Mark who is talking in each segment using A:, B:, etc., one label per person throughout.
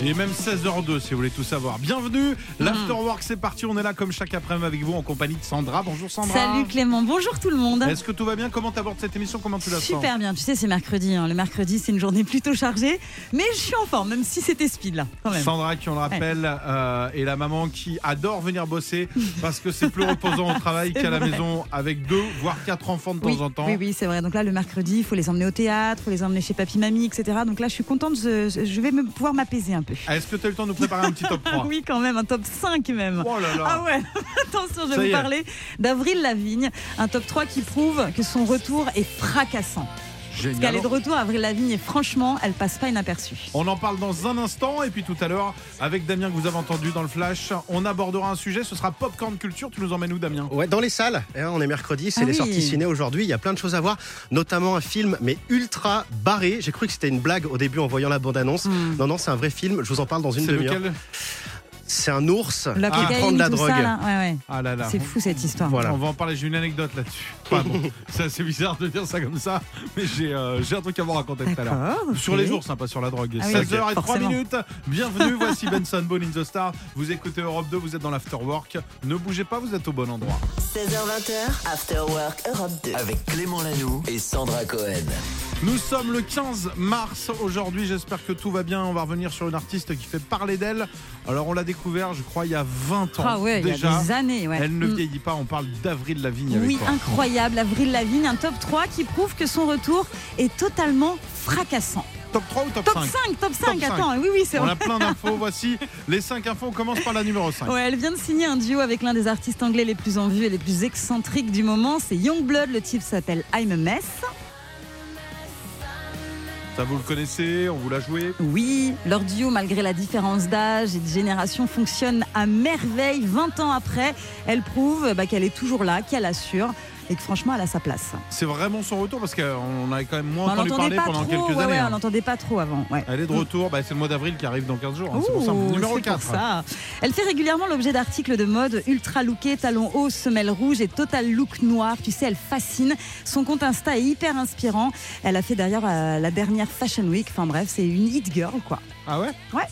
A: Et même 16h02 si vous voulez tout savoir.
B: Hmm.
A: Bienvenue, l'Afterwork c'est parti, on est là comme chaque après-midi avec vous en compagnie de Sandra. Bonjour Sandra.
B: Salut Clément, bonjour tout le monde.
A: Est-ce que tout va bien Comment t'abordes cette émission Comment tu la sens
B: Super bien, tu sais c'est mercredi, hein. le mercredi c'est une journée plutôt chargée, mais je suis en forme, même si c'était speed là quand même.
A: Sandra qui on le rappelle euh, est la maman qui adore venir bosser parce que c'est plus reposant au travail
B: C'est
A: qu'à la
B: vrai.
A: maison avec deux voire quatre enfants de temps
B: Oui,
A: en temps.
B: oui, oui, c'est vrai. Donc là, le mercredi, il faut les emmener au théâtre, il faut les emmener chez papy, mamie, etc. Donc là, je suis contente, je, je vais me, pouvoir m'apaiser un peu.
A: Est-ce que tu as eu le temps de nous préparer un petit top 3
B: Oui, quand même, un top 5 même.
A: Oh là là
B: Ah ouais, attention, je
A: Ça y
B: vais
A: est.
B: vous parler d'Avril Lavigne, un top 3 qui prouve que son retour est fracassant. Parce
A: Génial.
B: qu'elle est de retour, Avril Lavigne, et franchement, elle passe pas inaperçue.
A: On en parle dans un instant et puis tout à l'heure avec Damien que vous avez entendu dans le flash, on abordera un sujet, ce sera popcorn culture, tu nous emmènes où Damien
C: Ouais, dans les salles. hein, on est mercredi, c'est
B: Ah
C: les
B: oui.
C: sorties ciné aujourd'hui. Il y a plein de choses à voir, notamment un film, mais ultra barré. J'ai cru que c'était une blague au début en voyant la bande-annonce.
B: Hmm.
C: Non, non, c'est un vrai film. Je vous en parle dans une
A: C'est
C: demi-heure.
A: lequel
C: C'est un ours
B: La
C: qui prend de
B: cocaïne,
C: la
B: tout
C: drogue.
B: ça, là. Ouais, ouais.
A: Ah là là.
B: C'est fou cette histoire.
C: Voilà.
A: On va en parler, j'ai une anecdote là-dessus. Enfin, bon, c'est assez bizarre de dire ça comme ça, mais j'ai euh, j'ai un truc à vous raconter tout à l'heure.
B: D'accord.
A: Sur les ours, hein, pas sur la drogue.
B: Ah oui,
A: 16h et 3
B: forcément.
A: minutes. Bienvenue, voici Benson Bone in the Star. Vous écoutez Europe 2, vous êtes dans l'afterwork. Ne bougez pas, vous êtes au bon endroit.
D: 16h, 20h, After Work Europe 2.
E: Avec Clément Lanoux et Sandra Cohen.
A: Nous sommes le 15 mars aujourd'hui, j'espère que tout va bien. On va revenir sur une artiste qui fait parler d'elle. Alors on l'a découvert, je crois, il y a 20 ans
B: Ah ouais, il y
A: déjà.
B: a des années. Ouais.
A: Elle ne
B: Mm.
A: vieillit pas, on parle d'Avril Lavigne avec
B: Oui,
A: toi.
B: incroyable. Avril Lavigne, un top 3 qui prouve que son retour est totalement fracassant.
A: Top 3 ou top,
B: Top
A: 5
B: 5, top 5,
A: Top cinq.
B: attends, oui, oui, c'est
A: On
B: vrai.
A: a plein d'infos, voici les 5 infos. On commence par la numéro 5.
B: Ouais, elle vient de signer un duo avec l'un des artistes anglais les plus en vue et les plus excentriques du moment. C'est Youngblood, le titre s'appelle I'm a Mess.
A: Ça, vous le connaissez, on vous l'a joué.
B: Oui, leur duo, malgré la différence d'âge et de génération, fonctionne à merveille. 20 ans après, elle prouve bah, qu'elle est toujours là, qu'elle assure et que franchement, elle a sa place.
A: C'est vraiment son retour parce qu'on avait quand même
B: Bah, On
A: moins entendu parler
B: l'entendait pas
A: pendant
B: trop,
A: quelques
B: ouais,
A: années.
B: ouais,
A: hein.
B: on l'entendait pas trop avant. Ouais.
A: Elle est de retour, bah, c'est le mois d'avril qui arrive dans 15 jours. hein, c'est pour ça.
B: Ouh,
A: Numéro
B: c'est
A: 4.
B: pour ça. Elle fait régulièrement l'objet d'articles de mode ultra lookés, talons hauts, semelles rouges et total look noir. Tu sais, elle fascine. Son compte Insta est hyper inspirant. Elle a fait d'ailleurs euh, la dernière Fashion Week. Enfin bref, c'est une hit girl quoi.
A: Ah ouais
B: Ouais.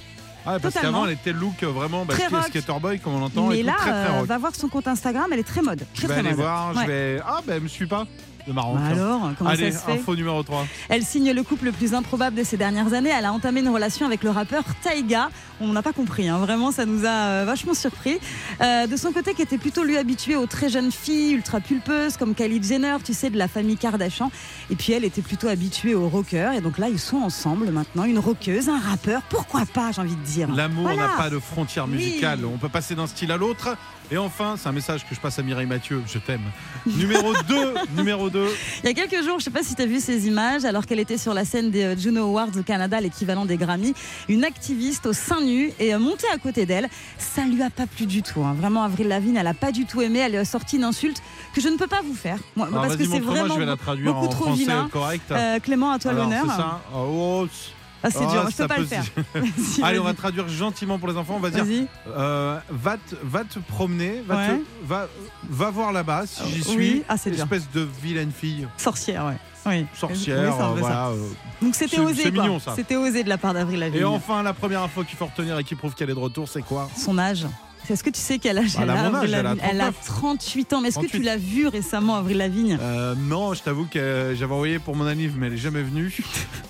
A: Ah ouais, parce
B: Totalement.
A: qu'avant, elle était look euh, vraiment bah,
B: Très
A: sk-
B: rock.
A: skater boy, comme on l'entend. et
B: Mais
A: tout,
B: là,
A: très, très
B: euh,
A: rock.
B: va voir son compte Instagram. Elle est très mode. Très
A: je vais
B: très
A: aller
B: mode.
A: voir, je
B: Ouais.
A: vais. Ah, ben, elle me suit pas. C'est marrant.
B: Bah
A: tiens.
B: alors, comment
A: Allez,
B: ça se fait
A: info numéro 3.
B: Elle signe le couple le plus improbable de ces dernières années. Elle a entamé une relation avec le rappeur Taiga. On n'a pas compris, hein. vraiment, ça nous a euh, vachement surpris. Euh, de son côté, qui était plutôt lui habitué aux très jeunes filles ultra pulpeuses, comme Kylie Jenner, tu sais, de la famille Kardashian. Et puis elle était plutôt habituée aux rockers. Et donc là, ils sont ensemble maintenant. Une rockeuse, un rappeur, pourquoi pas, j'ai envie de dire.
A: L'amour
B: Voilà.
A: n'a pas de frontières
B: Oui.
A: musicales. On peut passer d'un style à l'autre. Et enfin, c'est un message que je passe à Mireille Mathieu. Je t'aime. Numéro 2. Numéro 2.
B: Il y a quelques jours, je sais pas si tu as vu ces images, alors qu'elle était sur la scène des euh, Juno Awards au Canada, l'équivalent des Grammy, une activiste au sein nu est euh, montée à côté d'elle. Ça lui a pas plu du tout. hein. Vraiment, Avril Lavigne, elle a pas du tout aimé. Elle a sorti une insulte que je ne peux pas vous faire, moi,
A: Alors,
B: parce que
A: vas-y,
B: c'est
A: montre-moi,
B: vraiment
A: je vais la traduire
B: beaucoup
A: en
B: trop
A: français
B: vilain.
A: correct.
B: Euh, Clément, à toi
A: Alors,
B: l'honneur.
A: C'est ça. Oh, oh,
B: Ah, c'est
A: oh,
B: dur, je
A: ça
B: peux pas
A: peut
B: le faire.
A: se-
B: Vas-y,
A: Allez, on va
B: vas-y.
A: traduire gentiment pour les enfants. On va dire
B: Vas-y.
A: euh, va, te, va te promener, va,
B: Ouais.
A: te- va, va voir là-bas si j'y suis.
B: Oui. Ah, c'est dur.
A: espèce de vilaine fille,
B: Sorcière, ouais. Oui. Oui,
A: sorcière.
B: ça,
A: euh,
B: on veut ça.
A: voilà, euh.
B: Donc c'était
A: C'est-
B: osé,
A: c'est
B: quoi.
A: mignon, ça.
B: C'était osé de la part d'Avril Lavigne.
A: Et enfin, la première info qu'il faut retenir et qui prouve qu'elle est de retour, c'est quoi
B: Son âge Est-ce que tu sais quel âge
A: Elle a mon
B: Avril
A: âge, elle a
B: Lavigne Elle a
A: 39.
B: 38 ans. Mais est-ce que
A: 38.
B: tu l'as vu récemment, Avril Lavigne
A: Euh, non, je t'avoue que euh, j'avais envoyé pour mon anniv, mais elle est jamais venue.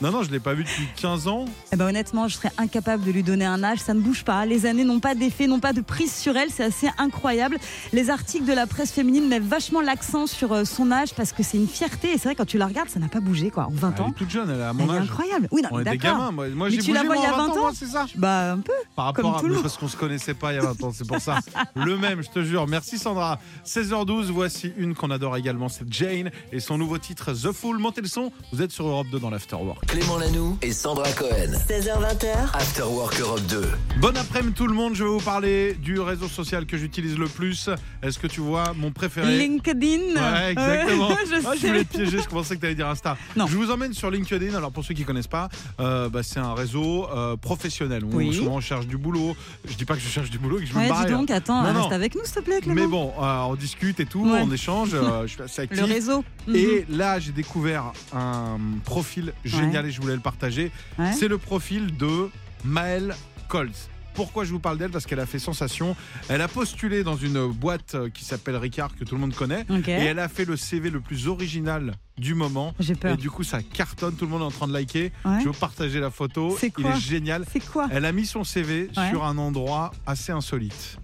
A: Non, non, je l'ai pas vue depuis 15 ans.
B: Eh ben honnêtement, je serais incapable de lui donner un âge, ça ne bouge pas. Les années n'ont pas d'effet, n'ont pas de prise sur elle, c'est assez incroyable. Les articles de la presse féminine mettent vachement l'accent sur euh, son âge parce que c'est une fierté. Et c'est vrai, quand tu la regardes, ça n'a pas bougé quoi. En 20
A: Elle
B: ans,
A: Ah, est toute jeune, elle a
B: elle
A: mon
B: est
A: âge.
B: incroyable. Oui, non,
A: On
B: mais
A: est des
B: d'accord.
A: gamins. Moi, moi,
B: Mais
A: j'ai
B: tu
A: bougé
B: la vois
A: moi,
B: il y a
A: à
B: 20 ans
A: moi, c'est ça
B: Bah un peu.
A: Par
B: Comme
A: rapport
B: tout
A: à.
B: le
A: mais
B: monde.
A: Parce qu'on se connaissait pas il y a 20 ans, c'est pour ça. Le même, je te jure. Merci Sandra. 16h12, voici une qu'on adore également, c'est Jane et son nouveau titre The Fool. Montez le son, vous êtes sur Europe 2 dans l'Afterwork.
E: Clément Lanoux et Sandra Cohen.
D: 16h, 20h,
E: Afterwork Europe 2.
A: Bon après-midi tout le monde, je vais vous parler du réseau social que j'utilise le plus. Est-ce que tu vois mon préféré
B: LinkedIn.
A: Ouais, exactement.
B: Ouais, je
A: Ah, je
B: sais.
A: voulais te piéger, je pensais que tu allais dire Insta.
B: Non.
A: Je vous emmène sur LinkedIn. Alors, pour ceux qui connaissent pas, euh, bah, c'est un réseau euh, professionnel où
B: Oui.
A: souvent on cherche du boulot. Je dis pas que je cherche du boulot et que je
B: Ouais,
A: me
B: dis
A: barré.
B: donc, attends,
A: Non, non.
B: reste avec nous, s'il te plaît, Clément.
A: Mais bon, euh, on discute et tout,
B: Ouais.
A: on échange. euh, je suis assez
B: Le
A: actif.
B: réseau. Mhm.
A: Et là, j'ai découvert un profil génial et je voulais le partager.
B: Mhm. Ouais.
A: C'est le profil de Maëlle Colts. Pourquoi je vous parle d'elle Parce qu'elle a fait sensation. Elle a postulé dans une boîte euh, qui s'appelle Ricard, que tout le monde connaît.
B: Ok.
A: Et elle a fait le CV le plus original du moment.
B: J'ai
A: Et
B: peur.
A: du coup, ça cartonne. Tout le monde est en train de liker.
B: Ouais.
A: Je veux partager la photo.
B: C'est
A: Il
B: quoi
A: est génial.
B: C'est quoi
A: Elle a mis son CV
B: Ouais.
A: sur un endroit assez insolite.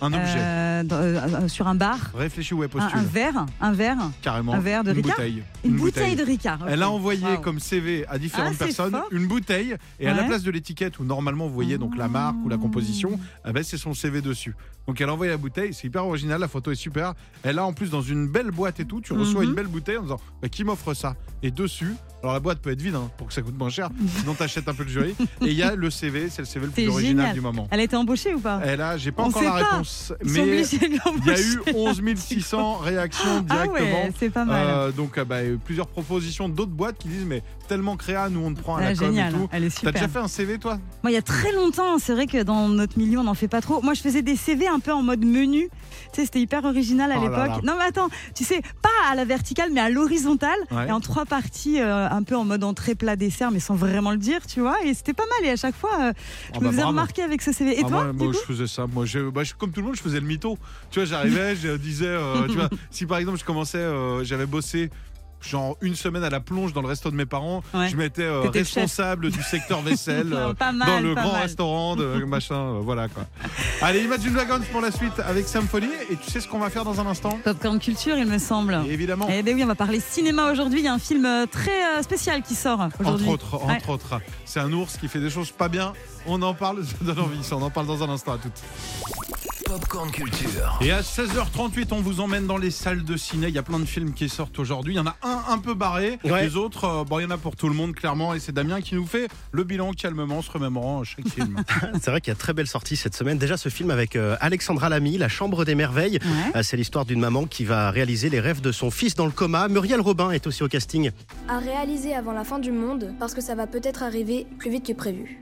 A: Un objet.
B: Euh, dans- euh, euh, Sur un bar
A: Réfléchis où elle
B: un,
A: postule.
B: un verre Un verre
A: Carrément.
B: un verre de
A: une
B: Ricard
A: bouteille.
B: Une, bouteille, de Ricard. ok.
A: Elle a envoyé
B: Waouh.
A: comme CV à différentes
B: Ah, c'est
A: personnes
B: fort.
A: une bouteille et à la
B: Ouais. Ah.
A: place de l'étiquette où normalement vous voyez donc la marque ou la composition, eh ben, c'est son CV dessus. Donc elle a envoyé la bouteille, c'est hyper original, la photo est super. Elle a en plus dans une belle boîte et tout, tu reçois
B: Mhm.
A: une belle bouteille en disant Bah, qui m'offre ça Et dessus, alors la boîte peut être vide hein, pour que ça coûte moins cher, sinon t'achètes un peu le jury. Et il y a le CV, c'est le CV le plus
B: C'est
A: original
B: génial.
A: du moment.
B: Elle a été embauchée ou pas
A: Elle a, j'ai pas
B: On
A: encore
B: sait
A: la
B: pas.
A: réponse,
B: Ils sont
A: mais
B: obligés de
A: il y a
B: l'embaucher.
A: eu 11 600 réactions
B: Ah
A: directement.
B: ouais, c'est pas mal.
A: Euh, donc euh, bah, euh, plusieurs propositions d'autres boîtes qui disent mais tellement créa nous on te prend à
B: Ah,
A: la com
B: génial,
A: et tout.
B: elle est
A: T'as
B: super.
A: déjà fait un CV toi
B: Moi, il y a très longtemps, c'est vrai que dans notre milieu, on n'en fait pas trop. Moi, je faisais des CV un peu en mode menu. Tu sais, c'était hyper original à
A: Oh là
B: l'époque. Non, mais attends, tu sais, pas à la verticale, mais à l'horizontale.
A: Ouais.
B: Et en trois parties, euh, un peu en mode entrée, plat, dessert, mais sans vraiment le dire, tu vois. Et c'était pas mal. Et à chaque fois, euh, je
A: Ah
B: me
A: bah,
B: faisais
A: bravo.
B: remarquer avec ce CV.
A: Ah,
B: Et toi,
A: moi,
B: du
A: moi,
B: coup
A: je faisais ça. Moi, je, bah, je- comme tout le monde, je faisais le mytho. Tu vois, j'arrivais, je disais, euh, tu vois, si par exemple je commençais, euh, j'avais bossé genre une semaine à la plonge dans le resto de mes parents,
B: Ouais.
A: je m'étais euh,
B: T'étais le chef.
A: responsable du secteur vaisselle euh,
B: Pas mal,
A: dans le
B: pas
A: grand
B: mal.
A: restaurant de machin, euh, voilà quoi. Allez, Imagine Dragons pour la suite avec Symphonie. Et tu sais ce qu'on va faire dans un instant
B: Popcorn culture, il me semble.
A: Et Évidemment.
B: Eh ben oui, on va parler cinéma aujourd'hui. Il y a un film euh, très euh, spécial qui sort
A: Entre
B: aujourd'hui.
A: autres,
B: Ouais.
A: entre autres. C'est un ours qui fait des choses pas bien. On en parle, ça donne envie. Ça, on en parle dans un instant à toutes.
E: Popcorn Culture.
A: Et à 16h38, on vous emmène dans les salles de ciné. Il y a plein de films qui sortent aujourd'hui. Il y en a un un peu barré.
C: Ouais.
A: Les autres, euh, bon, il y en a pour tout le monde, clairement. Et c'est Damien qui nous fait le bilan calmement, se remémorant à chaque film.
C: C'est vrai qu'il y a très belle sortie cette semaine. Déjà ce film avec euh, Alexandra Lamy, La Chambre des Merveilles.
B: Ouais.
C: Euh, C'est l'histoire d'une maman qui va réaliser les rêves de son fils dans le coma. Muriel Robin est aussi au casting.
F: à réaliser avant la fin du monde parce que ça va peut-être arriver plus vite que prévu.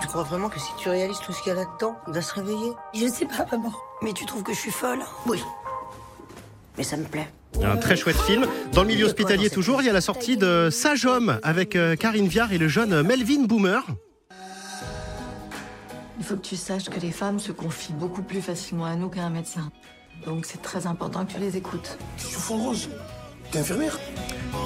G: Tu crois vraiment que si tu réalises tout ce qu'il y a là-dedans, on va se réveiller
H: Je sais pas, maman.
G: Mais tu trouves que je suis folle Oui. Mais ça me plaît.
C: Un très chouette film. Dans le milieu hospitalier toujours, il y a la sortie de Sage Homme avec euh, Karine Viard et le jeune euh, Melvin Boomer.
H: Il faut que tu saches que les femmes se confient beaucoup plus facilement à nous qu'à un médecin. Donc c'est très important que tu les écoutes.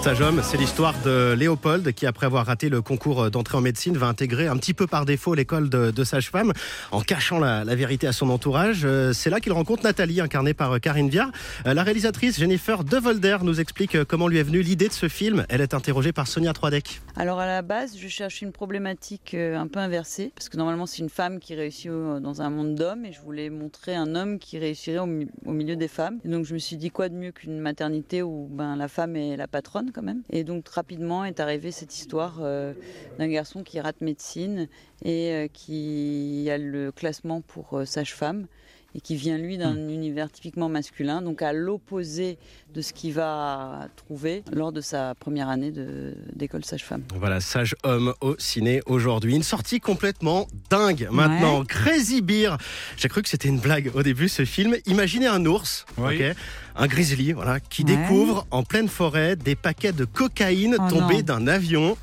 C: Sage homme, c'est l'histoire de Léopold qui, après avoir raté le concours d'entrée en médecine, va intégrer un petit peu par défaut l'école de, de sage-femme en cachant la, la vérité à son entourage. Euh, C'est là qu'il rencontre Nathalie, incarnée par euh, Karine Viard. Euh, La réalisatrice Jennifer Devolder nous explique euh, comment lui est venue l'idée de ce film. Elle est interrogée par Sonia Troidec.
I: Alors à la base, je cherche une problématique euh, un peu inversée, parce que normalement c'est une femme qui réussit au- dans un monde d'hommes, et je voulais montrer un homme qui réussirait au, mi- au milieu des femmes. Et donc je me suis dit quoi de mieux qu'une maternité où ben, la femme est la patronne quand même. Et donc rapidement est arrivée cette histoire euh, d'un garçon qui rate médecine et euh, qui a le classement pour euh, sage-femme. Et qui vient lui d'un univers typiquement masculin, donc à l'opposé de ce qu'il va trouver lors de sa première année de- d'école sage-femme.
C: Voilà, Sage Homme au ciné aujourd'hui. Une sortie complètement dingue maintenant. Crazy Beer. J'ai cru que c'était une blague au début ce film. Imaginez un ours,
A: Oui.
C: ok, un grizzly, voilà, qui
B: Ouais.
C: découvre en pleine forêt des paquets de cocaïne
B: Oh
C: tombés
B: non.
C: d'un avion.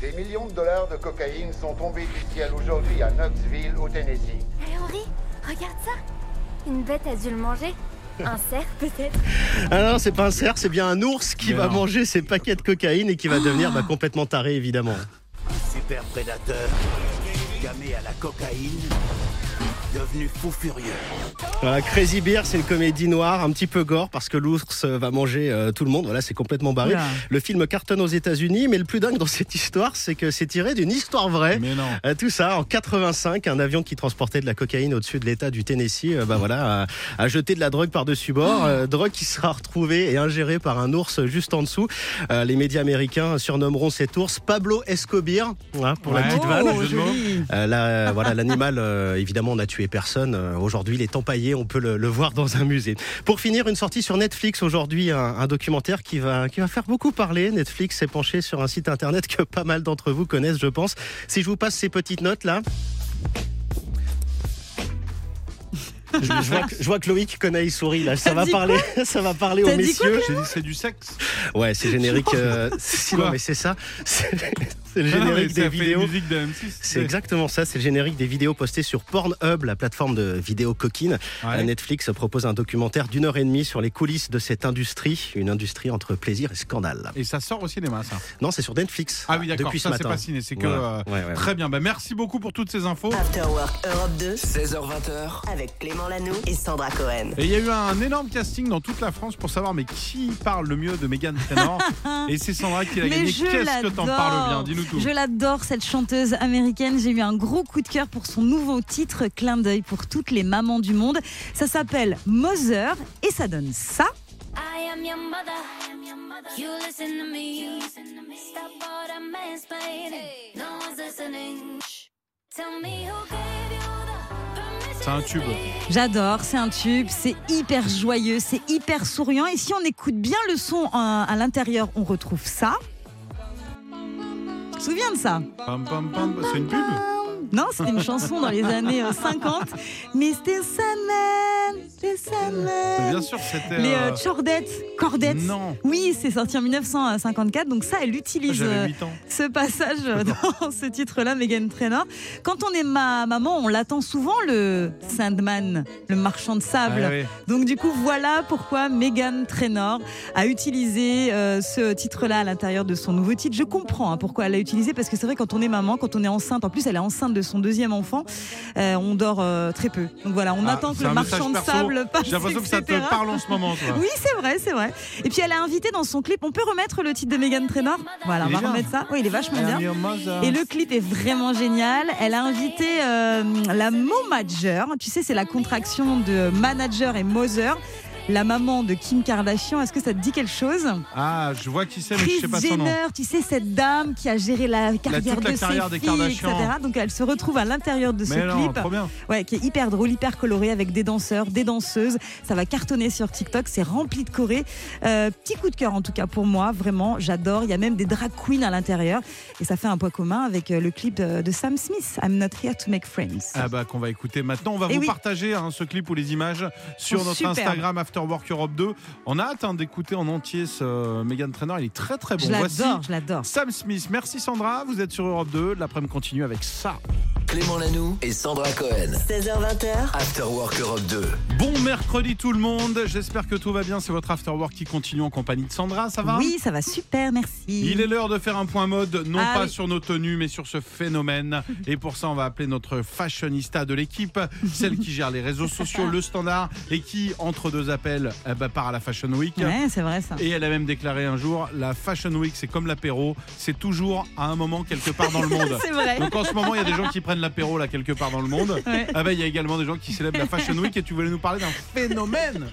J: Des millions de dollars de cocaïne sont tombés du ciel aujourd'hui à Knoxville, au Tennessee.
F: Hé Henri, regarde ça Une bête a dû le manger Un cerf peut-être
C: Alors c'est pas un cerf, c'est bien un ours qui
A: Mais
C: va
A: non.
C: manger ces paquets de cocaïne et qui
B: Ah.
C: va devenir bah, complètement taré évidemment.
K: Super prédateur, gamé à la cocaïne, devenu fou furieux.
C: Voilà, Crazy Beer, c'est une comédie noire, un petit peu gore parce que l'ours euh, va manger euh, tout le monde. Voilà, c'est complètement barré.
B: Oula.
C: Le film cartonne aux États-Unis, mais le plus dingue dans cette histoire, c'est que c'est tiré d'une histoire vraie.
A: Mais non.
C: Euh, tout ça en 85, un avion qui transportait de la cocaïne au-dessus de l'État du Tennessee, euh, bah voilà, a, a jeté de la drogue par-dessus
A: Ah.
C: bord, euh, drogue qui sera retrouvée et ingérée par un ours juste en dessous. Euh, les médias américains surnommeront cet ours Pablo Escobar, voilà, pour la
A: Ouais.
C: petite
A: Oh,
C: vanne.
A: jeu de
B: joli.
C: Euh, là, euh, voilà, l'animal, euh, évidemment, on n'a tué personne. Euh, aujourd'hui, il est empaillé, on peut le, le voir dans un musée. Pour finir, une sortie sur Netflix aujourd'hui, un, un documentaire qui va, qui va faire beaucoup parler. Netflix s'est penché sur un site internet que pas mal d'entre vous connaissent, je pense. Si je vous passe ces petites notes là. Je, je vois, que- je vois que Loïc connaît, il sourit là. Ça
B: T'as
C: va
B: dit
C: parler, ça va parler aux
B: T'as dit quoi,
C: messieurs.
A: J'ai dit c'est du sexe.
C: Ouais, c'est générique. euh, si, non,
A: Quoi
C: mais c'est ça. C'est c'est le
A: Ah non, mais
C: générique
A: ça
C: des
A: fait une
C: vidéos.
A: musique de M6.
C: C'est exactement ça, c'est le générique des vidéos postées sur Pornhub, la plateforme de vidéos coquine. Euh,
A: Ouais.
C: Netflix propose un documentaire d'une heure et demie sur les coulisses de cette industrie, une industrie entre plaisir et scandale.
A: Et ça sort au cinéma, ça.
C: Non, c'est sur Netflix.
A: Ah oui, d'accord,
C: depuis ce
A: ça c'est
C: matin.
A: pas ciné, c'est que.
C: Voilà.
A: euh,
C: Ouais, ouais, ouais.
A: Très bien, bah, merci beaucoup pour toutes ces infos.
D: After Work Europe 2.
E: 16h20.
D: Avec Clément Lanoux et Sandra Cohen.
A: Et il y a eu un énorme casting dans toute la France pour savoir mais qui parle le mieux de Megan Trainor. et c'est Sandra qui l'a
B: Mais
A: gagné.
B: je
A: Qu'est-ce que t'en
B: l'adore.
A: parles bien Dis-nous tout.
B: Je l'adore, cette chanteuse américaine. J'ai eu un gros coup de cœur pour son nouveau titre, Clin d'œil pour toutes les mamans du monde. Ça s'appelle Mother et ça donne ça.
L: I am your mother. You listen to me. Stop all the mansplaining. No one's listening. Tell me who gave you the permission.
A: C'est un tube.
B: J'adore, c'est un tube, c'est hyper joyeux, c'est hyper souriant. Et si on écoute bien le son euh, à l'intérieur, on retrouve ça. Tu te souviens de ça
A: Pam, pam, pam. C'est une pub
B: Non, c'était une chanson dans les années euh, 50. Mr. Sandman, Mr. Sandman.
A: Mais Bien sûr, c'était.
B: Les
A: euh,
B: euh, chordettes, cordettes.
A: Non. Ah,
B: Oui, c'est sorti en 1954, donc ça, elle utilise
A: J'avais
B: euh,
A: 8 ans.
B: ce passage euh, dans ce titre-là, Megan Trainor. Quand on est ma maman, on l'attend souvent, le Sandman, le marchand de sable.
A: Ah oui.
B: Donc du coup, voilà pourquoi Megan Trainor a utilisé euh, ce titre-là à l'intérieur de son nouveau titre. Je comprends hein, pourquoi elle l'a utilisé, parce que c'est vrai, quand on est maman, quand on est enceinte, en plus, elle est enceinte de son deuxième enfant, euh, on dort euh, très peu. Donc voilà, on
A: Ah,
B: attend que
A: c'est
B: le
A: un message
B: marchand de
A: perso.
B: sable passe.
A: J'ai l'impression que ça te
B: etc..
A: parle en ce moment, toi.
B: Oui, c'est vrai, c'est vrai. Et puis elle a invité dans son clip, on peut remettre le titre de Megan Trainor Voilà, on
A: Il est
B: va
A: bien.
B: remettre ça. Oui, il est vachement bien.
A: Et
B: Et le clip est vraiment génial. Elle a invité euh, la Momager. Tu sais, c'est la contraction de manager et mother. La maman de Kim Kardashian. Est-ce que ça te dit quelque chose
A: Ah, je vois qui c'est, mais je
B: Kris
A: sais pas son nom.
B: Jenner, tu sais, cette dame qui a géré la carrière
A: toute la
B: de
A: carrière des
B: ses filles, etc.
A: Kardashians.
B: Donc elle se retrouve à l'intérieur de ce
A: Mais non,
B: clip.
A: trop bien.
B: Ouais, qui est hyper drôle, hyper coloré avec des danseurs, des danseuses. Ça va cartonner sur TikTok, c'est rempli de Corée. Euh, petit coup de cœur en tout cas pour moi, vraiment, j'adore. Il y a même des drag queens à l'intérieur et ça fait un point commun avec euh, le clip de, de Sam Smith, I'm Not Here to Make Friends.
A: Ah bah qu'on va écouter maintenant. On va
B: Eh
A: vous
B: oui.
A: partager hein, ce clip ou les images sur
B: Oh,
A: notre
B: superbe.
A: Instagram Afterwork Europe 2. On a hâte hein, d'écouter en entier ce euh, Megan Trainor. Il est très très bon.
B: je
A: Voici
B: l'adore, je l'adore.
A: Sam Smith. Merci Sandra. Vous êtes sur Europe 2. L'après-midi continue avec ça.
E: Clément Lanoux et Sandra Cohen.
D: 16h20h.
E: After Work Europe 2.
A: Bon mercredi tout le monde. J'espère que tout va bien. C'est votre Afterwork qui continue en compagnie de Sandra. Ça va hein
B: Oui, ça va super, merci.
A: Il est l'heure de faire un point mode, non
B: Ah
A: pas
B: oui.
A: sur nos tenues, mais sur ce phénomène. Et pour ça, on va appeler notre fashionista de l'équipe, celle qui gère les réseaux sociaux, le standard, et qui, entre deux appels, eh ben, part à la Fashion Week.
B: Ouais, c'est vrai ça.
A: Et elle a même déclaré un jour, la Fashion Week, c'est comme l'apéro, c'est toujours à un moment quelque part dans le monde.
B: C'est vrai.
A: Donc en ce moment, il y a des gens qui prennent l'apéro là quelque part dans le monde.
B: Ouais.
A: Ah ben, il y a également des gens qui célèbrent la Fashion Week et tu voulais nous parler d'un phénomène.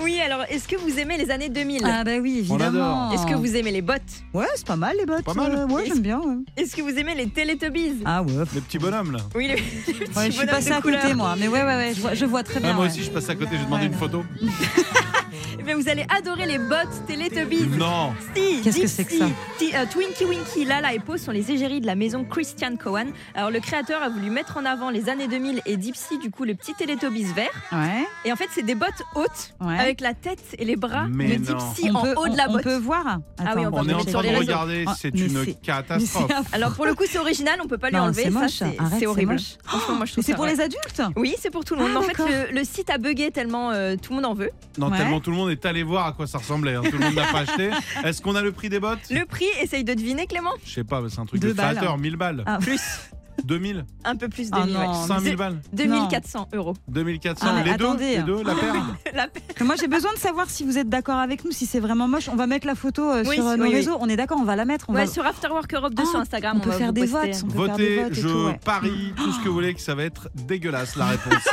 M: Oui, alors est-ce que vous aimez les années 2000
B: Ah bah oui,
A: On
B: évidemment.
A: l'adore.
M: Est-ce que vous aimez les bottes
B: Ouais, c'est pas mal les bottes.
A: Pas mal.
B: euh, ouais, j'aime bien. ouais.
M: Est-ce que vous aimez les Teletubbies
B: Ah ouais.
A: Les petits bonhommes là.
M: Oui, les, les petits
B: Ouais, je suis
M: bonhommes
B: passée
M: de
B: à
M: couleur.
B: côté moi, mais ouais ouais ouais, je vois, je vois très bien.
A: Ah, moi
B: ouais.
A: aussi, je passe à côté, j'ai demandé une photo.
M: Eh bien, vous allez adorer les bottes Teletubbies.
A: Non.
M: Si,
B: Qu'est-ce que
M: Dipsy,
B: c'est que ça
M: Ti- euh, Twinkie Winky, Lala et Po sont les égéries de la maison Christian Cohen. Alors le créateur a voulu mettre en avant les années 2000 et Dipsy, du coup, le petit Teletubbies vert.
B: Ouais.
M: Et en fait, c'est des bottes hautes
B: Ouais.
M: avec la tête et les bras
A: Mais
M: de
A: non.
M: Dipsy en haut de la
B: on
M: botte.
B: peut voir
M: Ah oui, on va
A: On est
M: mettre
A: en
M: sur
A: train
M: les
A: de
M: réseaux.
A: regarder,
B: Ah,
A: c'est
B: mais
A: une
B: c'est- Mais c'est
A: catastrophe.
B: affreux.
M: Alors pour le coup, c'est original, on peut pas lui
B: Non,
M: enlever.
B: c'est
M: ça,
B: moche,
M: c'est-
B: arrête,
M: c'est
B: c'est
M: horrible.
B: moche.
M: Franchement, moi je trouve
B: Mais c'est
M: ça,
B: pour
M: ouais.
B: les adultes
M: Oui, c'est pour tout le monde.
B: Ah,
M: en fait,
B: d'accord.
M: le, le site a bugué tellement euh, tout le monde en veut.
A: Non,
B: Ouais.
A: tellement tout le monde est allé voir à quoi ça ressemblait. hein. Tout le monde n'a pas acheté. Est-ce qu'on a le prix des bottes
M: Le prix, essaye de deviner, Clément
A: Je sais pas, mais c'est un truc
B: Deux
A: de
B: balles.
A: créateur. 1000 balles.
B: Ah.
A: 2000
M: Un peu plus de
B: Ah
M: mille, ouais.
B: non,
A: 5000 balles
B: mais-
M: 2400 euros.
A: 2400
B: Ah, mais
A: Les
B: attendez.
A: deux Les deux La paire
M: La paire.
B: Mais Moi j'ai besoin de savoir si vous êtes d'accord avec nous, si c'est vraiment moche. On va mettre la photo euh,
M: Oui,
B: sur euh,
M: oui,
B: nos
M: oui.
B: réseaux. On est d'accord, on va la mettre. On
M: Ouais,
B: va...
M: sur Afterwork Europe 2
B: Ah,
M: sur Instagram,
B: on peut
M: va
B: faire
M: vous
B: des
M: poster.
B: votes. On peut
A: Votez,
B: faire des votes et
A: je
B: tout, ouais.
A: parie tout ce que vous voulez que ça va être dégueulasse la réponse.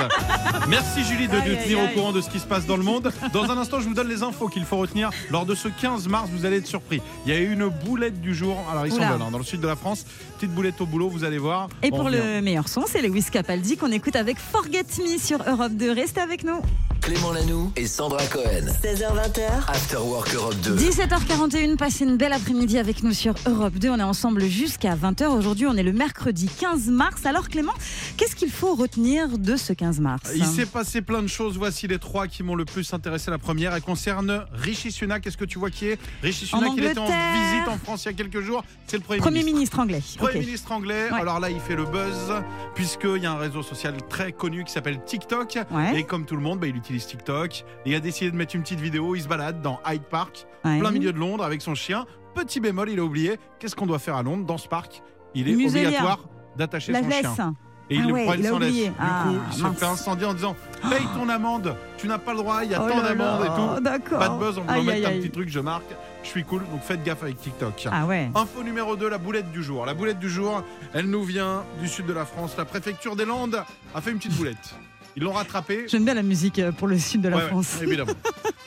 A: Merci Julie de
M: Aïe,
A: nous
M: aïe,
A: tenir au
M: aïe.
A: courant de ce qui se passe dans le monde. Dans un instant, je vous donne les infos qu'il faut retenir. Lors de ce 15 mars, vous allez être surpris. Il y a eu une boulette du jour. Alors, ils sont
B: Oula.
A: veulent, hein, dans le sud de la France. Petite boulette au boulot, vous allez voir.
B: Et
A: On
B: pour
A: revient.
B: le meilleur son, c'est Lewis Capaldi qu'on écoute avec Forget Me sur Europe 2. Restez avec nous.
E: Clément Lanoux et Sandra Cohen.
D: 16h20h,
E: After Work Europe 2.
B: 17h41, passez une belle après-midi avec nous sur Europe 2. On est ensemble jusqu'à 20h. Aujourd'hui, on est le mercredi 15 mars. Alors Clément, qu'est-ce qu'il faut retenir de ce 15 mars
A: Il s'est passé plein de choses. Voici les trois qui m'ont le plus intéressé. La première, elle concerne Rishi Sunak. Qu'est-ce que tu vois qui est Rishi
B: En
A: Sunak, il était en
B: Angleterre.
A: visite en France il y a quelques jours. C'est le Premier,
B: Premier
A: ministre.
B: ministre anglais.
A: Premier
B: Ok.
A: ministre anglais,
B: Ouais.
A: alors là il fait le buzz, puisqu'il y a un réseau social très connu qui s'appelle TikTok.
B: Ouais.
A: Et comme tout le monde, bah, il utilise TikTok. Il a décidé de mettre une petite vidéo, il se balade dans Hyde Park,
B: Ouais.
A: plein milieu de Londres, avec son chien. Petit bémol, il a oublié, qu'est-ce qu'on doit faire à Londres dans ce parc Il est
B: Muselière.
A: obligatoire d'attacher
B: La
A: son
B: laisse.
A: chien. Et
B: Ah
A: il
B: ouais,
A: le prend,
B: il
A: il
B: a
A: s'en laisse.
B: oublié.
A: Du coup,
B: Ah,
A: il se
B: mince.
A: fait incendier en disant Paye ton amende, tu n'as pas le droit, il y a
B: Oh
A: tant
B: là
A: d'amendes
B: là,
A: et tout.
B: d'accord.
A: Pas de buzz, on peut
B: Aïe,
A: mettre
B: aïe,
A: un
B: aïe.
A: petit truc, je marque, je suis cool, donc faites gaffe avec TikTok.
B: Ah ouais.
A: Info numéro 2, la boulette du jour. La boulette du jour, elle nous vient du sud de la France. La préfecture des Landes a fait une petite boulette. Ils l'ont rattrapée.
B: J'aime bien la musique euh, pour le sud de la
A: Ouais, ouais,
B: France.
A: évidemment.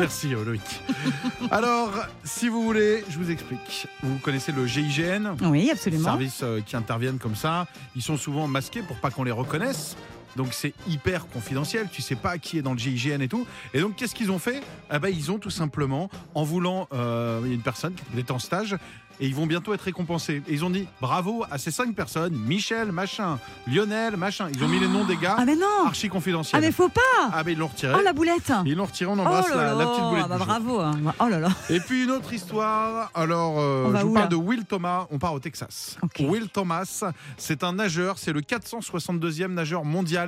A: Merci euh, Loïc. Alors, si vous voulez, je vous explique. Vous connaissez le GIGN
B: Oui, absolument.
A: Services euh, qui interviennent comme ça. Ils sont souvent masqués pour pas qu'on les reconnaisse. Donc c'est hyper confidentiel, tu sais pas qui est dans le GIGN et tout. Et donc qu'est-ce qu'ils ont fait Ah ben ils ont tout simplement, en voulant, euh, il y a une personne qui est en stage et ils vont bientôt être récompensés. Et ils ont dit bravo à ces cinq personnes, Michel, machin, Lionel, machin. Ils ont mis les noms des gars.
B: Ah mais non
A: Archi confidentiel.
B: Ah mais faut pas
A: Ah ben ils l'ont retiré.
B: Oh la boulette
A: Ils l'ont retiré, on embrasse
B: Oh là
A: la, la
B: là,
A: petite boulette.
B: bah
A: du jour.
B: bravo hein. Oh là là
A: Et puis une autre histoire. Alors, euh,
B: On va
A: je
B: où,
A: vous
B: là
A: parle de Will Thomas. On part au Texas. Will Thomas, c'est un nageur. C'est le 462e nageur mondial.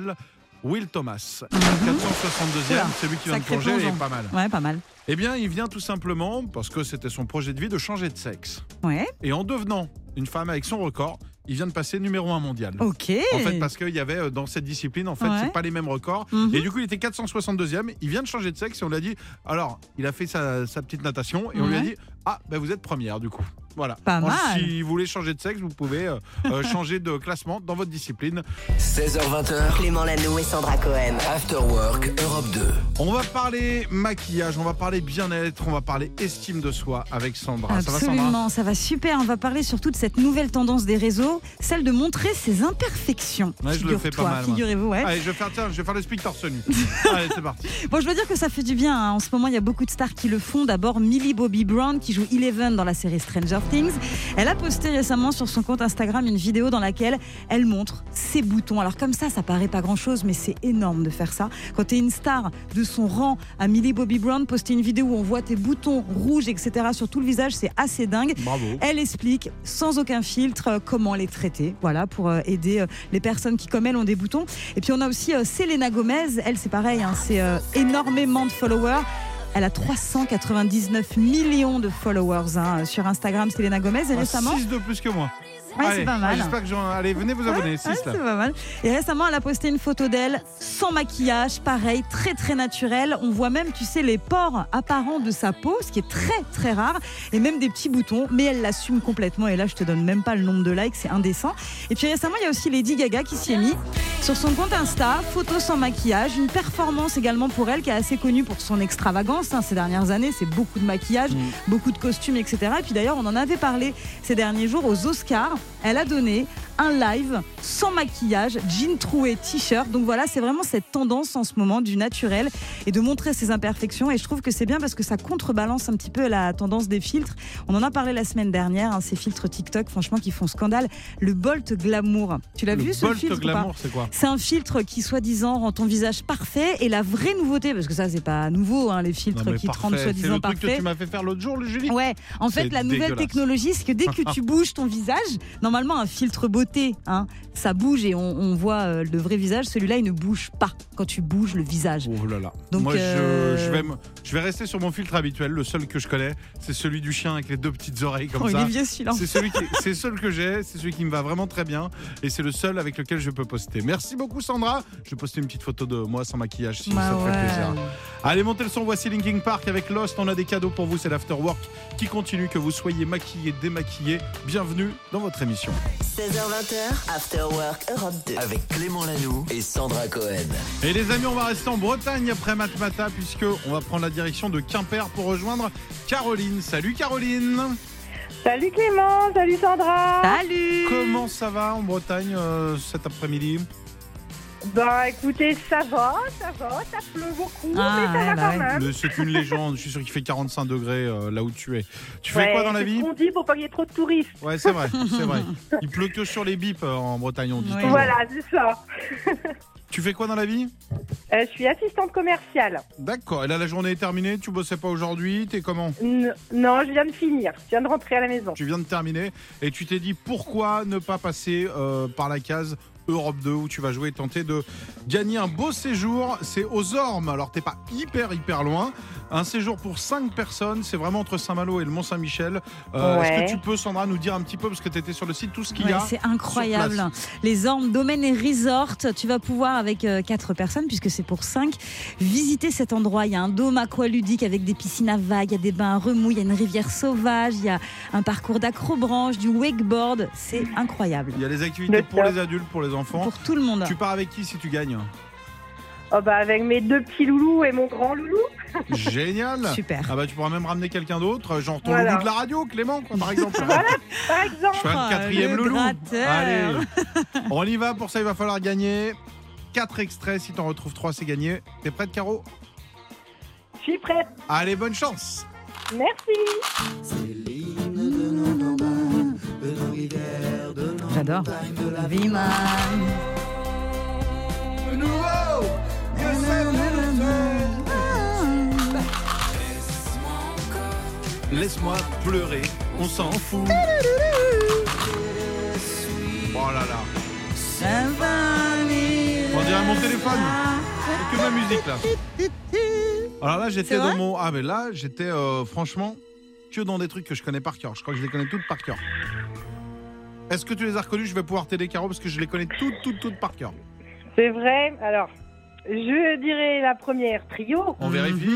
A: Will Thomas, 462e,
B: Mhm. Oula,
A: c'est lui qui vient de
B: sacré
A: plonger, il
B: plongeon.
A: est pas mal.
B: Ouais, pas mal.
A: Eh bien, il vient tout simplement, parce que c'était son projet de vie, de changer de sexe.
B: Ouais.
A: Et en devenant une femme avec son record, il vient de passer numéro 1 mondial.
B: Ok.
A: En fait, parce qu'il y avait euh, dans cette discipline, en fait,
B: Ouais.
A: c'est pas les mêmes records.
B: Mhm.
A: Et du coup, il était 462e. Il vient de changer de sexe et on lui a dit. Alors, il a fait sa, sa petite natation et on lui a
B: Ouais.
A: dit Ah, ben vous êtes première du coup. Voilà.
B: Pas
A: En-
B: mal.
A: Si vous voulez changer de sexe, vous pouvez euh, euh, changer de classement dans votre discipline.
E: 16h20h,
D: Clément Lanoux et Sandra Cohen.
E: After Work Europe 2.
A: On va parler maquillage, on va parler bien-être, on va parler estime de soi avec Sandra. Ah, Ça va, Sandra
B: Absolument, ça va super. On va parler surtout de cette nouvelle tendance des réseaux, celle de montrer ses imperfections.
A: Ouais, je le fais pas
B: Figure-toi,
A: mal. moi.
B: Figurez-vous, ouais.
A: Allez, je vais faire, tiens, je vais faire le speak torse nu. Allez, c'est parti.
B: Bon, je veux dire que ça fait du bien. hein. En ce moment, il y a beaucoup de stars qui le font. D'abord, Millie Bobby Brown, qui joue Eleven dans la série Stranger Things. Elle a posté récemment sur son compte Instagram une vidéo dans laquelle elle montre ses boutons. Alors, comme ça, ça paraît pas grand chose, mais c'est énorme de faire ça. Quand t'es une star de son rang à Millie Bobby Brown, poster une vidéo où on voit tes boutons rouges, etc., sur tout le visage, c'est assez dingue.
A: Bravo.
B: Elle explique sans aucun filtre euh, comment les traiter, voilà, pour euh, aider euh, les personnes qui, comme elle, ont des boutons. Et puis on a aussi euh, Selena Gomez, elle c'est pareil, hein, c'est euh, énormément de followers. Elle a 399 millions de followers hein, sur Instagram, Selena Gomez. Et
A: Ah,
B: récemment,
A: six de plus que moi.
B: Ouais, c'est
A: Allez,
B: pas mal.
A: J'espère que j'en. Allez, venez vous abonner. six,
B: Ouais,
A: là.
B: Ah, c'est pas mal. Et récemment, elle a posté une photo d'elle sans maquillage, pareil, très très naturel. On voit même, tu sais, les pores apparents de sa peau, ce qui est très très rare, et même des petits boutons. Mais elle l'assume complètement. Et là, je te donne même pas le nombre de likes, c'est indécent. Et puis récemment, il y a aussi Lady Gaga qui s'y est mise sur son compte Insta, photo sans maquillage, une performance également pour elle qui est assez connue pour son extravagance hein, ces dernières années. C'est beaucoup de maquillage,
A: Mm.
B: beaucoup de costumes, etc. Et puis d'ailleurs, on en avait parlé ces derniers jours aux Oscars. Elle a donné un live sans maquillage, jean troué, t-shirt. Donc voilà, c'est vraiment cette tendance en ce moment du naturel et de montrer ses imperfections. Et je trouve que c'est bien parce que ça contrebalance un petit peu la tendance des filtres. On en a parlé la semaine dernière, hein, ces filtres TikTok, franchement, qui font scandale. Le Bolt Glamour. Tu l'as
A: Le
B: vu ce
A: Bolt
B: filtre ou pas
A: Glamour, c'est quoi
B: c'est un filtre qui, soi-disant, rend ton visage parfait. Et la vraie nouveauté, parce que ça, c'est pas nouveau, hein, les filtres
A: Non, mais
B: qui te
A: parfait.
B: rendent
A: C'est
B: soi-disant
A: le truc que
B: parfait.
A: tu m'as fait faire l'autre jour, le Julie.
B: Ouais, en
A: C'est
B: fait, la nouvelle
A: dégueulasse.
B: technologie, c'est que dès que tu bouges ton visage, normalement, un filtre beauté, hein, ça bouge et on, on voit euh, le vrai visage. Celui-là, il ne bouge pas quand tu bouges le visage.
A: Oh là là.
B: Donc,
A: Moi, je-
B: euh,
A: je, vais, me- je vais rester sur mon filtre habituel. Le seul que je connais, c'est celui du chien avec les deux petites oreilles comme
B: Oh, il
A: ça.
B: est vieux, celui-là.
A: C'est celui qui- c'est le seul que j'ai, c'est celui qui me va vraiment très bien et c'est le seul avec lequel je peux poster. Merci beaucoup, Sandra. Je vais poster une petite photo de moi sans maquillage si
B: Bah
A: ça te fait
B: ouais.
A: plaisir. Allez, montez le son. Voici Linkin Park avec Lost. On a des cadeaux pour vous. C'est l'afterwork qui continue. Que vous soyez maquillé, démaquillé. Bienvenue dans votre émission.
D: 16h20h, After Work Europe 2.
E: Avec Clément Lanoux et Sandra Cohen.
A: Et les amis, on va rester en Bretagne après Matmata puisque on va prendre la direction de Quimper pour rejoindre Caroline. Salut Caroline.
N: Salut Clément, salut Sandra.
B: Salut.
A: Comment ça va en Bretagne euh, cet après-midi
N: Bah écoutez, ça va, ça va, ça pleut beaucoup,
A: Ah,
N: mais
A: eh
N: ça va quand même.
A: Mais C'est qu'une légende. Je suis sûr qu'il fait 45 degrés euh, là où tu es. Tu fais
N: Ouais,
A: quoi dans la
N: c'est ce
A: vie
N: qu'on dit pour pas qu'il y ait trop de touristes.
A: Ouais, c'est vrai, c'est vrai. Il pleut que sur les bips euh, en Bretagne, on dit toujours.
N: Voilà, c'est ça.
A: Tu fais quoi dans la vie
N: Euh, je suis assistante commerciale.
A: D'accord. Et là, la journée est terminée. Tu bossais pas aujourd'hui. T'es comment
N: N- non, je viens de finir, je viens de rentrer à la maison.
A: Tu viens de terminer et tu t'es dit pourquoi ne pas passer euh, par la case Europe 2 où tu vas jouer et tenter de gagner un beau séjour. C'est aux Ormes. Alors t'es pas hyper hyper loin. Un séjour pour 5 personnes. C'est vraiment entre Saint-Malo et le Mont-Saint-Michel. Euh,
B: Ouais.
A: Est-ce que tu peux Sandra nous dire un petit peu parce que tu étais sur le site tout ce qu'il y
B: Ouais,
A: a
B: c'est
A: sur
B: incroyable.
A: place.
B: Les Ormes Domaine et Resort, tu vas pouvoir avec euh, quatre personnes puisque c'est pour cinq visiter cet endroit. Il y a un dôme aqualudique avec des piscines à vagues, il y a des bains à remous, il y a une rivière sauvage, il y a un parcours d'acrobranche, du wakeboard, c'est incroyable.
A: Il y a les activités pour les adultes, pour les enfants. Pour
B: tout le monde.
A: Tu pars avec qui si tu gagnes
N: Oh, bah, avec mes deux petits loulous et mon grand loulou.
A: Génial
N: Super.
A: Ah bah tu pourras même ramener quelqu'un d'autre, euh, genre ton
N: Voilà.
A: loulou de la radio, Clément, quoi, par exemple.
N: Par exemple,
A: Je fais un quatrième
N: Ah, le
A: loulou.
N: gratteur.
A: Allez, on y va. Pour ça, il va falloir gagner 4 extraits. Si t'en retrouves 3, c'est gagné. T'es prête, Caro
N: Je suis prête.
A: Allez, bonne chance.
N: merci.
B: J'adore.
L: Nouveau
A: Laisse-moi pleurer, on s'en fout. Oh là là. On dirait mon téléphone. C'est que ma musique là. Alors là, j'étais
L: C'est vrai
A: dans mon. Ah, mais là, j'étais euh, franchement que dans des trucs que je connais par cœur. Je crois que je les connais toutes par cœur. Est-ce que tu les as reconnues Je vais pouvoir t'aider, Caro, parce que je les connais toutes, toutes, toutes par cœur.
N: C'est vrai, alors, je dirais la première trio.
A: On vérifie.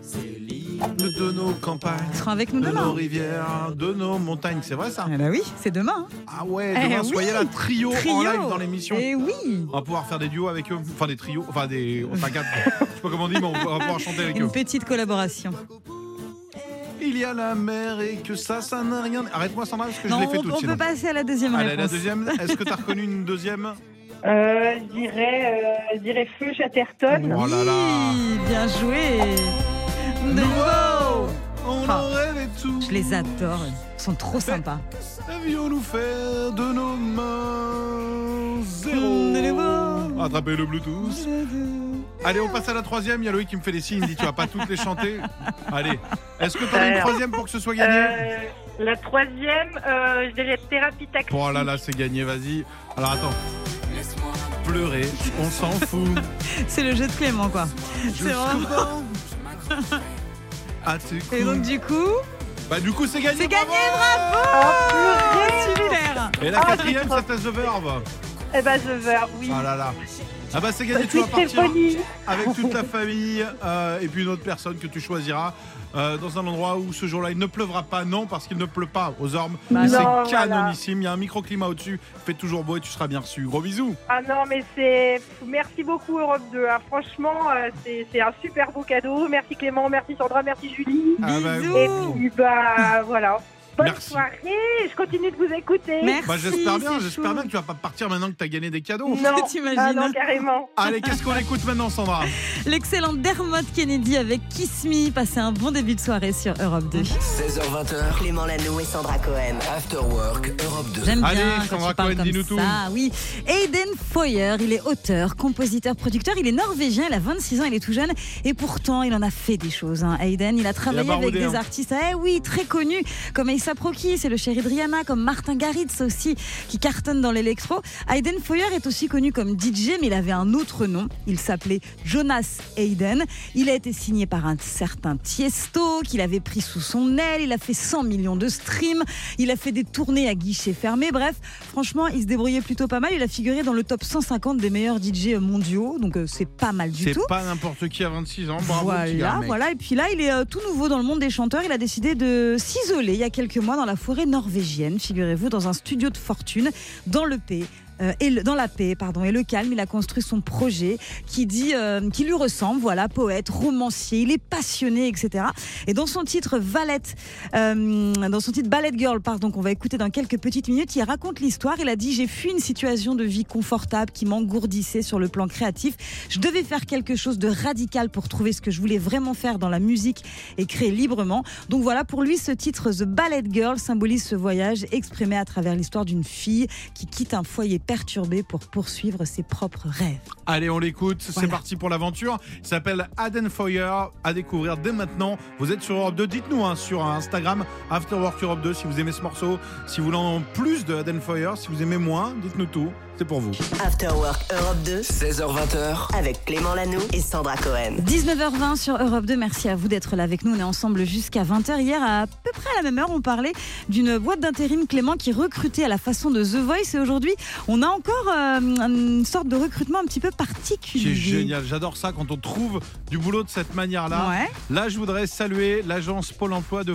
A: C'est l'hymne de nos campagnes.
B: Tu seras avec nous
A: de
B: demain.
A: nos rivières, de nos montagnes. C'est vrai ça
B: Ah bah oui, c'est demain.
A: Ah ouais, demain, soyez là, trio, en live dans l'émission.
B: Et Eh oui.
A: On va pouvoir faire des duos avec eux. Enfin, des trios. Enfin, des. Enfin, quatre. Je sais pas comment on dit, mais on va pouvoir chanter avec eux.
B: Une petite collaboration.
A: Il y a la mer et que ça, ça n'a rien. Arrête-moi, Sandra, parce que
B: non,
A: je l'ai fait
B: on,
A: tout hein.
B: on peut passer à la deuxième
A: Allez, la
B: réponse.
A: deuxième. Est-ce que t'as reconnu une deuxième
N: Euh, je dirais, euh, je dirais Feu Chatterton.
A: Oh là là.
B: Bien joué. Mmh,
A: Nouveau.
B: On Ah. Je les adore. Ils sont trop sympas.
A: Avions-nous fait de nos mains
B: Mmh,
A: zéro Attrapez le Bluetooth. Allez, on passe à la troisième. Il y a Loïc qui me fait des signes. Il dit Tu vas pas toutes les chanter. Allez. Est-ce que t'en as une
N: Alors.
A: troisième pour que ce soit gagné
N: Euh, la troisième, euh, je dirais Thérapie Taxi.
A: Oh là là, c'est gagné, vas-y. Alors attends. Pleurer, on s'en fout.
B: C'est le jeu de Clément, quoi. C'est vraiment.
A: Ah, c'est
B: Et donc,
A: cool.
B: du coup,
A: Bah, du coup, c'est gagné.
B: c'est gagné, bravo
A: Ah,
B: Super
A: Et la
N: Ah,
A: quatrième,
N: c'est
A: ça fait The Verve.
N: Eh ben, je veux, oui.
A: Ah là là. Ah bah c'est gagné,
N: Bah,
A: tu vas
N: oui,
A: partir
N: Stéphanie.
A: avec toute la famille euh, et puis une autre personne que tu choisiras euh, dans un endroit où ce jour-là il ne pleuvra pas. Non, parce qu'il ne pleut pas aux Ormes.
N: Bah
A: Mais
N: non, voilà.
A: c'est canonissime. Il y a un microclimat au-dessus. Fait toujours beau et tu seras bien reçu. Gros bisous.
N: Ah non, mais c'est. Merci beaucoup, Europe 2. hein. Franchement, euh, c'est c'est un super beau cadeau. Merci Clément, merci Sandra, merci Julie.
A: Ah bah,
N: Et
A: gros.
N: puis, bah, voilà. Bonne
A: Merci.
N: soirée. Je continue de vous écouter.
A: Bah, j'espère bien, j'espère bien que tu vas pas partir maintenant que tu as gagné des cadeaux.
N: Non, ah non, carrément.
A: Allez, qu'est-ce qu'on écoute maintenant, Sandra
B: L'excellent Dermot Kennedy avec Kiss Me. Passez un bon début de soirée sur Europe 2.
D: 16h20h. Clément Lanoux et Sandra Cohen. After Work Europe 2.
B: J'aime bien quand tu parles comme ça, oui. Aiden Foyer, il est auteur, compositeur, producteur, il est norvégien, il a 26 ans, il est tout jeune et pourtant il en a fait des choses. hein. Aiden, il a travaillé avec
O: baroudé,
B: des
O: hein.
B: artistes, eh oui, très connus, comme Issa Proki, c'est le chéri de Rihanna, comme Martin Garrix aussi, qui cartonne dans l'électro. Aiden Foyer est aussi connu comme DJ, mais il avait un autre nom, il s'appelait Jonas Aiden. Il a été signé par un certain Tiesto, qu'il avait pris sous son aile, il a fait 100 millions de streams, il a fait des tournées à guichets fermés, bref, franchement, il se débrouillait plutôt pas mal, il a figuré dans le top 150 des meilleurs DJ mondiaux, donc euh, c'est pas mal du
A: C'est
B: tout.
A: pas n'importe qui à 26 ans. Bravo, petit gars,
B: Voilà,
A: mec.
B: voilà. Et puis là, il est euh, tout nouveau dans le monde des chanteurs. Il a décidé de s'isoler il y a quelques mois dans la forêt norvégienne, figurez-vous, dans un studio de fortune, dans le pays euh, et le- dans la paix, pardon, et le calme, il a construit son projet qui dit, euh, qui lui ressemble, voilà, poète, romancier, il est passionné, etc. Et dans son titre Valette, euh, dans son titre Ballet Girl, pardon, qu'on va écouter dans quelques petites minutes, il raconte l'histoire. Il a dit j'ai fui une situation de vie confortable qui m'engourdissait sur le plan créatif. Je devais faire quelque chose de radical pour trouver ce que je voulais vraiment faire dans la musique et créer librement. Donc voilà, pour lui, ce titre The Ballet Girl symbolise ce voyage exprimé à travers l'histoire d'une fille qui quitte un foyer perturbé pour poursuivre ses propres rêves.
A: Allez, on l'écoute. C'est
B: Voilà.
A: parti pour l'aventure. Il s'appelle Aden Foyer. À découvrir dès maintenant. Vous êtes sur Europe 2. Dites-nous hein, sur Instagram Afterwork Europe 2 si vous aimez ce morceau. Si vous voulez en plus de Aden Foyer, si vous aimez moins, dites-nous tout. C'est pour vous.
D: After Work Europe 2. 16h20h. Avec Clément Lano et Sandra Cohen.
B: 19h20 sur Europe 2, merci à vous d'être là avec nous. On est ensemble jusqu'à 20h. Hier, à peu près à la même heure, on parlait d'une boîte d'intérim Clément qui recrutait à la façon de The Voice. Et aujourd'hui, on a encore euh, une sorte de recrutement un petit peu particulier.
A: qui est génial. hein J'adore ça quand on trouve du boulot de cette manière-là.
B: Ouais.
A: Là, je voudrais saluer l'agence Pôle emploi de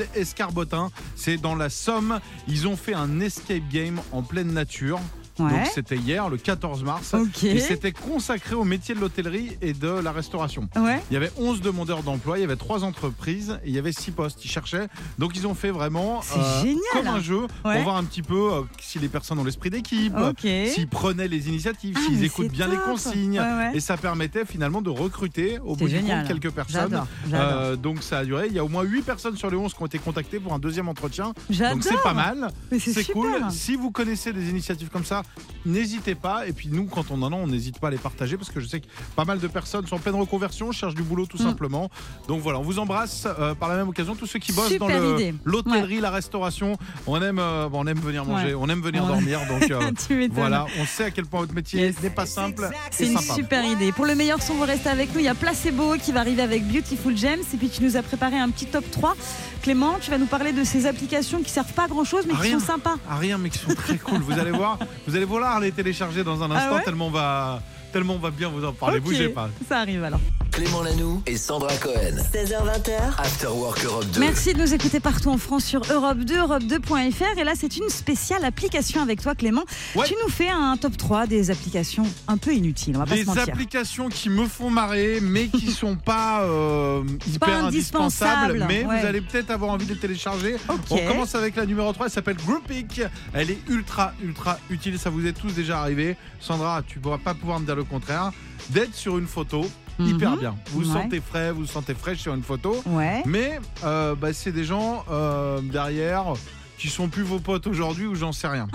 A: Friville-Escarbotin. C'est dans la Somme. Ils ont fait un escape game en pleine nature.
B: Ouais.
A: Donc c'était hier, le 14 mars.
B: Ok.
A: Et c'était consacré au métier de l'hôtellerie et de la restauration.
B: Ouais.
A: Il y avait 11 demandeurs d'emploi, il y avait 3 entreprises et il y avait 6 postes. Ils cherchaient. Donc ils ont fait vraiment euh,
B: C'est génial. hein.
A: comme un jeu
B: Ouais.
A: pour voir un petit peu euh, si les personnes ont l'esprit d'équipe,
B: Ok.
A: euh, s'ils prenaient les initiatives,
B: Ah,
A: s'ils
B: mais
A: écoutent
B: c'est
A: bien les
B: top.
A: consignes.
B: Ouais, ouais.
A: Et ça permettait finalement de recruter au
B: C'est
A: bout
B: génial.
A: du compte quelques personnes.
B: J'adore, j'adore.
A: Euh, donc ça a duré. Il y a au moins 8 personnes sur les 11 qui ont été contactées pour un deuxième entretien.
B: J'adore.
A: Donc c'est pas mal.
B: Mais c'est
A: C'est
B: super.
A: cool. Si vous connaissez des initiatives comme ça, n'hésitez pas. Et puis nous, quand on en a, on n'hésite pas à les partager parce que je sais que pas mal de personnes sont en pleine reconversion, cherchent du boulot
B: Mm.
A: tout simplement. Donc voilà, on vous embrasse euh, par la même occasion tous ceux qui bossent
B: Super
A: dans le-
B: idée.
A: l'hôtellerie, la restauration. On aime, euh, bon, on aime venir manger,
B: Ouais.
A: on aime venir
B: Ouais.
A: dormir. Donc euh,
B: Tu m'étonnes.
A: voilà, on sait à quel point votre métier n'est pas simple.
B: C'est
A: et
B: une
A: sympa.
B: super idée. Pour le meilleur son, vous restez avec nous. Il y a Placebo qui va arriver avec Beautiful Gems. Et puis tu nous as préparé un petit top 3. Clément, tu vas nous parler de ces applications qui servent pas à grand chose mais
A: À Ah, rien.
B: qui sont sympas.
A: à rien mais qui sont très cool. Vous allez voir, vous allez vouloir les télécharger dans un
B: Ah
A: instant
B: ouais
A: tellement on va tellement on va bien vous en parler.
B: Ok,
A: Bougez pas.
B: Ça arrive alors.
E: Clément Lanoux et Sandra Cohen.
D: 16h20h.
E: After Work Europe 2.
B: Merci de nous écouter partout en France sur Europe 2, Europe2.fr. Et là, c'est une spéciale application avec toi, Clément. Tu nous fais un top 3 des applications un peu inutiles. On va pas se
A: Des
B: mentir.
A: applications qui me font marrer, mais qui sont pas euh, hyper
B: indispensables,
A: indispensables. Mais
B: ouais.
A: vous allez peut-être avoir envie de les télécharger. On commence avec la numéro 3, elle s'appelle Groupic. Elle est ultra, ultra utile. Ça vous est tous déjà arrivé. Sandra, tu pourras pas pouvoir me dire le contraire. D'être sur une photo. Hyper
E: Mhm.
A: bien. Vous
E: Ouais.
A: sentez frais, vous sentez fraîche sur une photo.
B: Ouais.
A: Mais euh, bah, c'est des gens euh, derrière qui sont plus vos potes aujourd'hui ou j'en sais rien.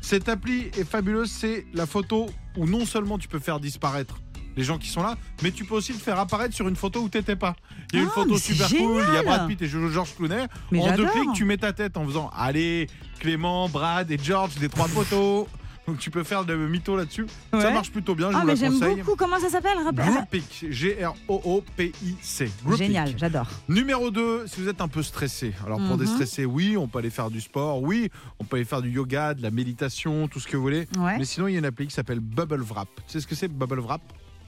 A: Cette appli est fabuleuse, c'est la photo où non seulement tu peux faire disparaître les gens qui sont là, mais tu peux aussi te faire apparaître sur une photo où t'étais pas. Il y a une
E: Ah,
A: photo
E: mais c'est
A: super cool, il y a
E: génial.
A: Brad Pitt et George Clooney.
E: Mais
A: en deux
E: j'adore.
A: clics, tu mets ta tête en faisant Allez, Clément, Brad et George, les trois photos. Donc tu peux faire de mytho là-dessus. Ça
B: Ouais.
A: marche plutôt bien, je
B: Ah,
A: vous
B: mais
A: la
B: j'aime
A: conseille.
B: beaucoup. Comment ça s'appelle Rappelle-
A: Groupic, G-R-O-O-P-I-C. Groupic.
B: Génial, j'adore.
A: Numéro 2, si vous êtes un peu stressé. Alors pour
B: Mhm.
A: déstresser, oui, on peut aller faire du sport, oui, on peut aller faire du yoga, de la méditation, tout ce que vous voulez.
B: Ouais.
A: Mais sinon, il y a une appli qui s'appelle Bubble Wrap. Tu sais ce que c'est Bubble Wrap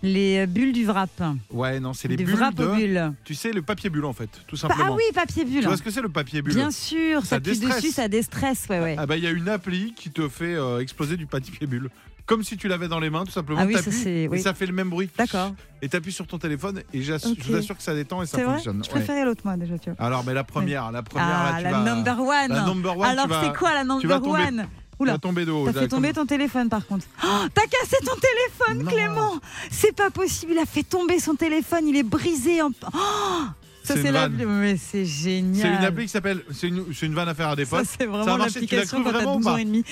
B: Les euh, bulles du wrap.
A: Ouais, non, c'est les
B: Du
A: bulles
B: wrap aux
A: de-
B: bulles.
A: Tu sais, le papier bulle en fait, tout
B: Pa-
A: simplement.
B: ah oui, papier bulle.
A: Tu vois ce que c'est le papier bulle
B: Bien sûr, ça, pue
A: déstresse.
B: dessus, ça déstresse. Ouais, ouais.
A: Ah bah il y a une appli qui te fait euh, exploser du papier bulle. Comme si tu l'avais dans les mains, tout simplement.
B: Ah oui, ça,
A: T'appuies
B: c'est-
A: et
B: oui.
A: ça fait le même bruit.
B: D'accord.
A: Et t'appuies sur ton téléphone et j'ass-
B: Ok.
A: je vous assure que ça détend et ça
B: C'est vrai
A: fonctionne.
B: Je
A: Ouais.
B: préférais l'autre, moi, déjà, tu vois.
A: Alors, mais la première, la première,
B: ah,
A: là, tu
B: la
A: vas-
B: number one.
A: La number one,
B: Alors,
A: tu vas-
B: c'est quoi la
A: tu vas
B: number
A: tomber-
B: one
A: Tu vas tomber de haut.
B: T'as fait
A: là,
B: tomber ton téléphone par contre. Oh, T'as cassé ton téléphone, Clément C'est pas possible, il a fait tomber son téléphone, il est brisé en. Oh ça,
A: C'est
B: c'est
A: une
B: la.
A: vanne.
B: Mais c'est génial.
A: C'est une appli qui s'appelle. C'est une, c'est une vanne à faire à des
B: Ça,
A: potes. Ça
B: c'est
A: a
B: vraiment
A: marché, tu l'as
B: l'application
A: cru
B: quand t'as
A: vraiment ou
B: 12 ans
A: pas
B: et demi.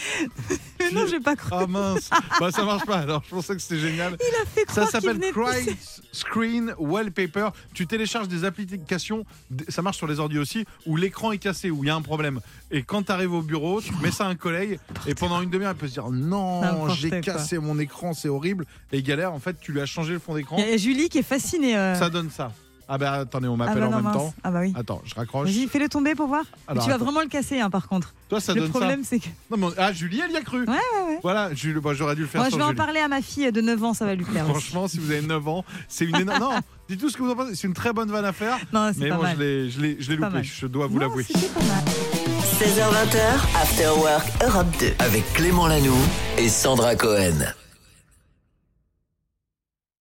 B: Mais non, j'ai pas cru.
A: Ah mince Bah, ça marche pas alors, je pensais que c'était génial.
B: Il a fait croire
A: Ça
B: qu'il
A: s'appelle
B: venait de
A: Cry
B: pisser.
A: Screen Wallpaper. Tu télécharges des applications, d- ça marche sur les ordi aussi, où l'écran est cassé, où il y a un problème. Et quand tu arrives au bureau, tu mets ça à un collègue et pendant une demi-heure, il peut se dire Non,
B: N'importe
A: j'ai
B: quoi.
A: cassé mon écran, c'est horrible. Et il galère, en fait, tu lui as changé le fond d'écran.
B: Il y a Julie qui est fascinée. euh.
A: Ça donne ça. Ah bah attendez, on
B: Ah
A: m'appelle
B: bah
A: en
B: non,
A: même
B: mince.
A: temps.
B: Ah bah oui.
A: Attends, je raccroche.
B: Vas-y, fais-le tomber pour voir. Mais
A: Alors,
B: tu vas
A: attends.
B: vraiment le casser, hein, par contre.
A: Toi, ça
B: le
A: donne ça.
B: problème, c'est que.
A: Non, mais- ah, Julie, elle y a cru.
B: Ouais, ouais, ouais.
A: Voilà, Julie, bah, j'aurais dû le faire
B: Moi, je
A: sans
B: vais en
A: Julie.
B: parler à ma fille de 9 ans, ça va lui plaire. aussi.
A: Franchement, si vous avez 9 ans, c'est une énorme. Non, dites tout ce que vous en pensez. C'est une très bonne vanne à faire.
B: Non, c'est
A: mais
B: pas
A: moi,
B: mal.
A: je l'ai- je l'ai je l'ai
B: Pas
A: loupé.
B: mal.
A: Je dois vous l'avouer.
D: 16h20, After Work Europe 2.
E: Avec Clément Lanoux et Sandra Cohen.